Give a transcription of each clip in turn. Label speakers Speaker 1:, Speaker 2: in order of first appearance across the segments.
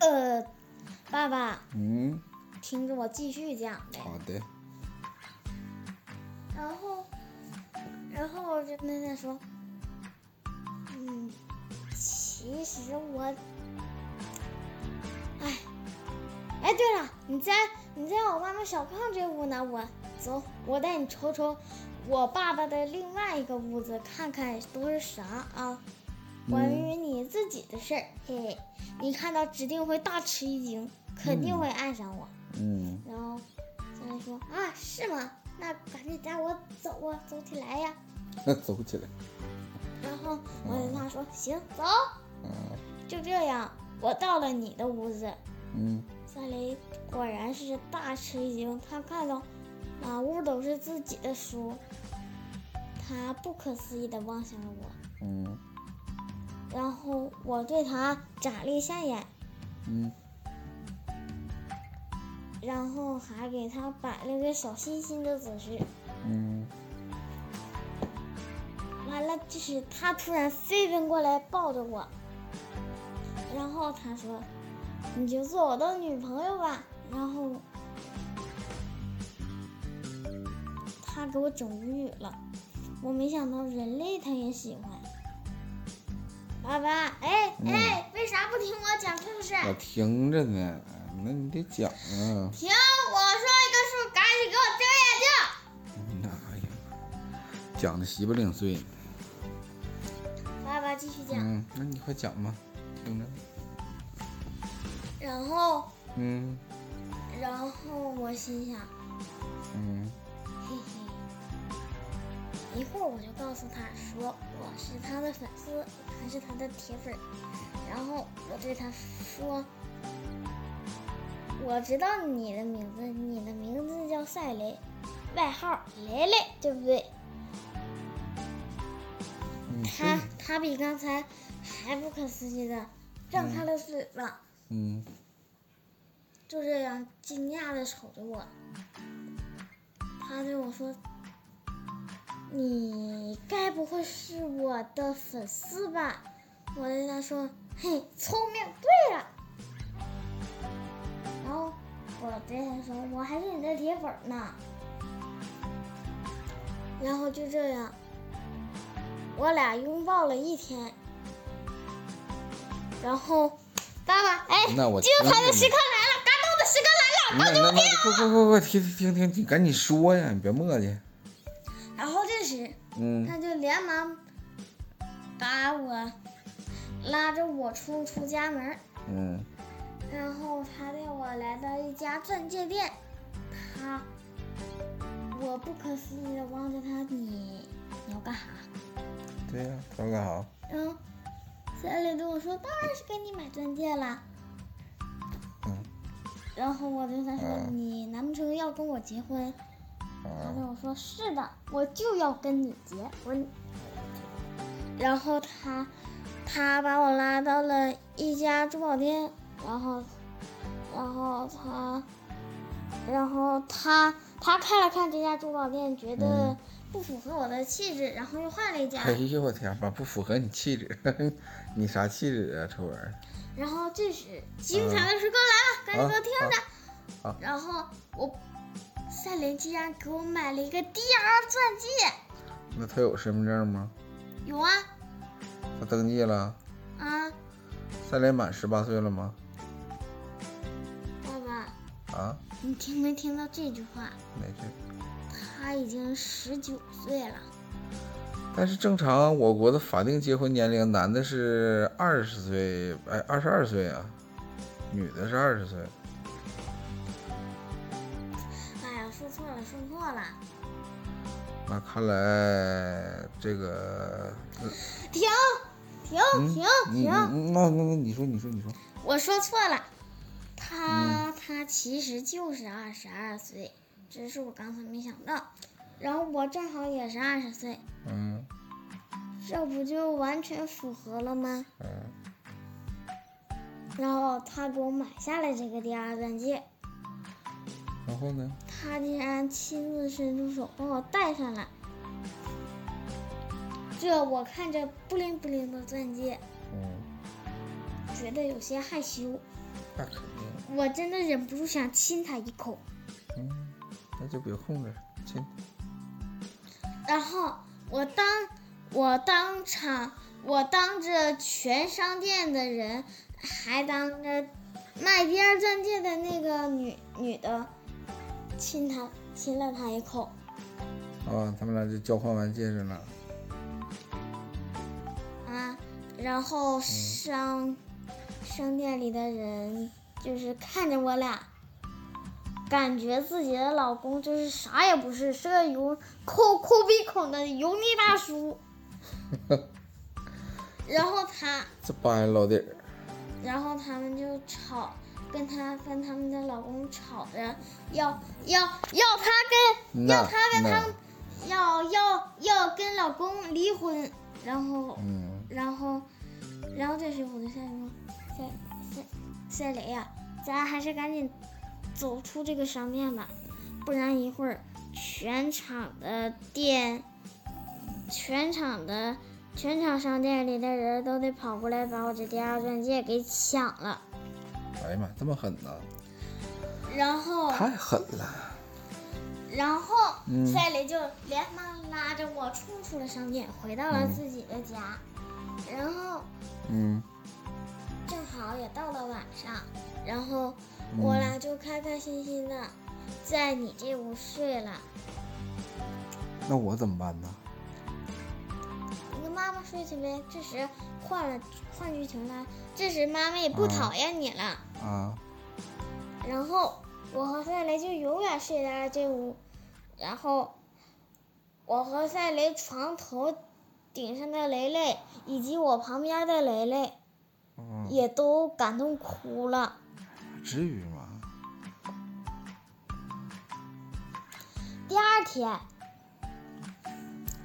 Speaker 1: 呃，爸爸，
Speaker 2: 嗯，
Speaker 1: 听着我继续讲呗。
Speaker 2: 好的，
Speaker 1: 然后，然后我就跟他说，嗯，其实我，哎，哎，对了，你在你在我妈妈小炕这屋呢，我走，我带你瞅瞅我爸爸的另外一个屋子，看看都是啥啊。关于你自己的事儿，嘿嘿，你看到指定会大吃一惊，肯定会爱上我。
Speaker 2: 嗯
Speaker 1: 然后教练说啊，是吗？那赶紧带我走啊，走起来呀！
Speaker 2: 嗯，走起来，
Speaker 1: 然后我跟他说、行，走。
Speaker 2: 啊，
Speaker 1: 就这样，我到了你的屋子，
Speaker 2: 嗯
Speaker 1: 萨雷果然是大吃一惊，他看到满屋都是自己的书，他不可思议的望向了我，
Speaker 2: 嗯
Speaker 1: 然后我对他眨了一下眼，
Speaker 2: 嗯
Speaker 1: 然后还给他摆了个小心心的姿势。
Speaker 2: 嗯
Speaker 1: 完了，就是他突然飞奔过来抱着我，然后他说：“你就做我的女朋友吧。”然后他给我整无语了，我没想到人类他也喜欢。爸爸，哎
Speaker 2: 嗯啊
Speaker 1: 哎，为啥不听我讲故事？
Speaker 2: 我听着呢，啊那你得讲啊，
Speaker 1: 停！我说一个数，赶紧给我睁眼睛。
Speaker 2: 那呀，讲的稀巴零碎，
Speaker 1: 爸爸继续讲，
Speaker 2: 嗯，那你快讲吧，听着，
Speaker 1: 然后
Speaker 2: 嗯
Speaker 1: 然后我心想。
Speaker 2: 嗯
Speaker 1: 嘿嘿， 一会儿我就告诉他说我是他的粉丝，还是他的铁粉儿。然后我对他说：“我知道你的名字，你的名字叫赛雷，外号雷雷，对不对？”
Speaker 2: 嗯，
Speaker 1: 他他比刚才还不可思议的张开了嘴巴，
Speaker 2: 嗯
Speaker 1: 就这样惊讶的瞅着我。他对我说：“你该不会是我的粉丝吧？”我对他说：“嘿，聪明，对了。”然后我对他说：“我还是你的铁粉儿呢。”然后就这样，我俩拥抱了一天。然后，爸爸，哎，
Speaker 2: 那我
Speaker 1: 精彩的
Speaker 2: 听着呢
Speaker 1: 时刻来了，感动的时刻来了。
Speaker 2: 那那那快快快快，停停停停，赶紧说呀，你别磨叽，
Speaker 1: 然后这时，
Speaker 2: 嗯
Speaker 1: 他就连忙把我拉着我冲出家门儿，
Speaker 2: 嗯
Speaker 1: 然后他带我来到一家钻戒店，他，我不可思议的望着他，你你要干啥？
Speaker 2: 对呀，他干啥？
Speaker 1: 然后小磊对我说，当然是给你买钻戒啦。
Speaker 2: 嗯
Speaker 1: 然后我对他说，
Speaker 2: 嗯
Speaker 1: 你难不成要跟我结婚？他
Speaker 2: 啊
Speaker 1: 跟我说：“是的，我就要跟你结婚。”然后他，他把我拉到了一家珠宝店，然后，然后他，然后他，他看了看这家珠宝店，觉得
Speaker 2: 嗯
Speaker 1: 不符合我的气质，然后又换了一家
Speaker 2: 哎。呦我天，吧，不符合你气质， 你啥气质啊，臭玩意儿？
Speaker 1: 然后这时精彩的时刻来了，赶紧给我听着。
Speaker 2: 好好
Speaker 1: 然后我，赛琳竟然给我买了一个 DR 钻戒，
Speaker 2: 那他有身份证吗？
Speaker 1: 有啊
Speaker 2: 他登记了？
Speaker 1: 啊，
Speaker 2: 赛雷满十八岁了吗？
Speaker 1: 爸爸。
Speaker 2: 啊，
Speaker 1: 你听没听到这句话？
Speaker 2: 没事。
Speaker 1: 他已经十九岁了，
Speaker 2: 但是正常我国的法定结婚年龄，男的是二十岁，哎，二十二岁啊，女的是二十岁。
Speaker 1: 哎呀，说错了，说错了。
Speaker 2: 那看来这个，
Speaker 1: 停，停，停，
Speaker 2: 嗯你你
Speaker 1: 停！
Speaker 2: 那那那你说你说你说，
Speaker 1: 我说错了，他他其实就是二十二岁，只是我刚才没想到。然后我正好也是二十岁，
Speaker 2: 嗯
Speaker 1: 这不就完全符合了吗？
Speaker 2: 嗯
Speaker 1: 然后他给我买下了这个第二钻戒，
Speaker 2: 然后呢？
Speaker 1: 他竟然亲自伸出手帮我戴上了。这我看着布灵布灵的钻戒，
Speaker 2: 嗯
Speaker 1: 觉得有些害羞。
Speaker 2: 那肯定，
Speaker 1: 我真的忍不住想亲他一口。
Speaker 2: 嗯，那就别控制，亲，
Speaker 1: 然后我当我当场，我当着全商店的人，还当着卖第二钻戒的那个女女的，亲她亲了她一口。
Speaker 2: 啊，他们俩就交换完戒指了，
Speaker 1: 啊，然
Speaker 2: 嗯
Speaker 1: 后商商店里的人就是看着我俩，感觉自己的老公就是啥也不是，是个油抠抠鼻孔的油腻大叔。然后他，
Speaker 2: 这掰老底儿，
Speaker 1: 然后他们就吵，跟他跟他们的老公吵着，要要要他跟要
Speaker 2: 那
Speaker 1: 他跟他
Speaker 2: 那，
Speaker 1: 要要要跟老公离婚，然后
Speaker 2: 嗯，
Speaker 1: 然后，然后这时我就下去说：“赛赛赛雷呀、咱还是赶紧走出这个商店吧，不然一会儿全场的店，全场的全场商店里的人都得跑过来把我这第二钻戒给抢了。
Speaker 2: 哎呀妈，这么狠呐、”
Speaker 1: 然后，
Speaker 2: 太狠了，
Speaker 1: 然后
Speaker 2: 嗯
Speaker 1: 赛雷就连忙拉着我冲出了商店，回到了
Speaker 2: 嗯
Speaker 1: 自己的家。然后
Speaker 2: 嗯，
Speaker 1: 正好也到了晚上，然后我俩就开开心心的在你这屋睡了。
Speaker 2: 那我怎么办呢？
Speaker 1: 你跟妈妈睡去呗。这时换了换剧情了，这时妈妈也不讨厌你了。
Speaker 2: 啊，
Speaker 1: 然后我和赛雷就永远睡在了这屋，然后我和赛雷床头顶上的雷雷，以及我旁边的雷雷，
Speaker 2: 嗯，
Speaker 1: 也都感动哭了。
Speaker 2: 至于吗？
Speaker 1: 第二天，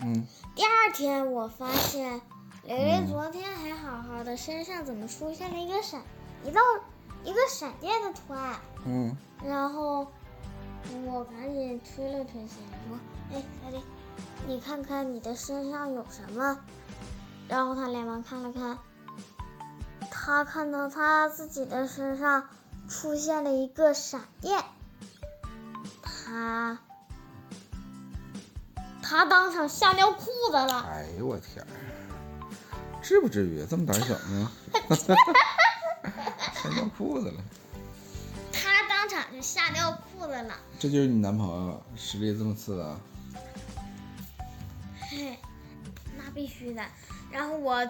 Speaker 2: 嗯，
Speaker 1: 第二天，我发现蕾蕾昨天还好好的，身上怎么出现了一个闪，一道一个闪电的图案？
Speaker 2: 嗯，
Speaker 1: 然后我赶紧推了推心说：“哎，蕾蕾，你看看你的身上有什么？”然后他连忙看了看，他看到他自己的身上出现了一个闪电，他他当场吓尿裤子了。
Speaker 2: 哎呦我天儿，至不至于这么胆小 呢？吓尿裤子了，
Speaker 1: 他当场就吓尿裤子了。
Speaker 2: 这就是你男朋友实力这么次啊？
Speaker 1: 嘿，哎那必须的。然后我，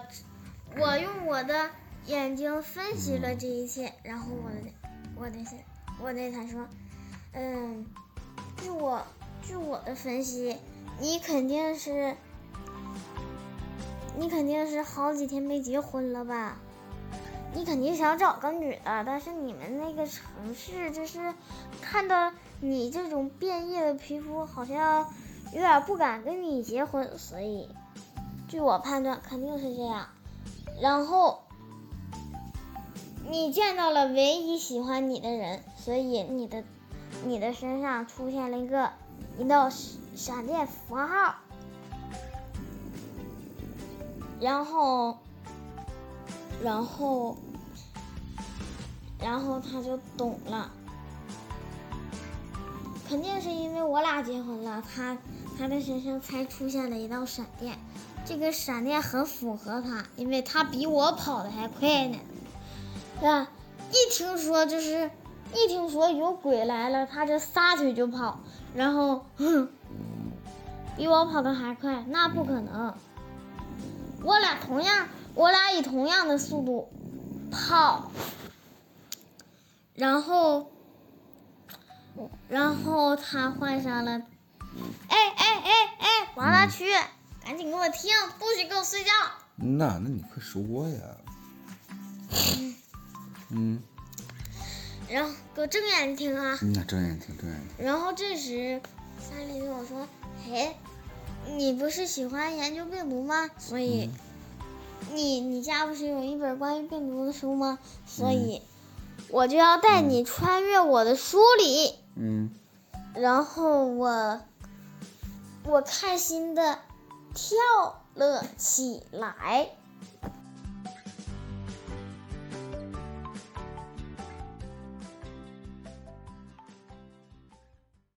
Speaker 1: 我用我的眼睛分析了这一切，然后我的，我对他，我对他说，嗯，据我据我的分析，你肯定是，你肯定是好几天没结婚了吧？你肯定想找个女的，但是你们那个城市就是看到你这种变异的皮肤，好像有点不敢跟你结婚，所以据我判断肯定是这样。然后你见到了唯一喜欢你的人，所以你的你的身上出现了一个一道闪闪电符号，然后然后然后他就懂了。肯定是因为我俩结婚了，他他的身上才出现了一道闪电，这个闪电很符合他，因为他比我跑的还快呢。啊，一听说就是，一听说有鬼来了，他这撒腿就跑，然后哼，比我跑的还快，那不可能。我俩同样，我俩以同样的速度跑，然后然后他换上了，哎哎哎哎，王大区，赶紧给我听，不许给我睡觉。
Speaker 2: 那那你快说呀。嗯，
Speaker 1: 然后给我睁眼听啊。
Speaker 2: 那睁眼听，睁眼听。
Speaker 1: 然后这时，三林跟我说：“嘿，你不是喜欢研究病毒吗？所以，
Speaker 2: 嗯
Speaker 1: 你你家不是有一本关于病毒的书吗？所以，我就要带你穿越我的书里。
Speaker 2: 嗯，
Speaker 1: 然后我我开心的跳了起来。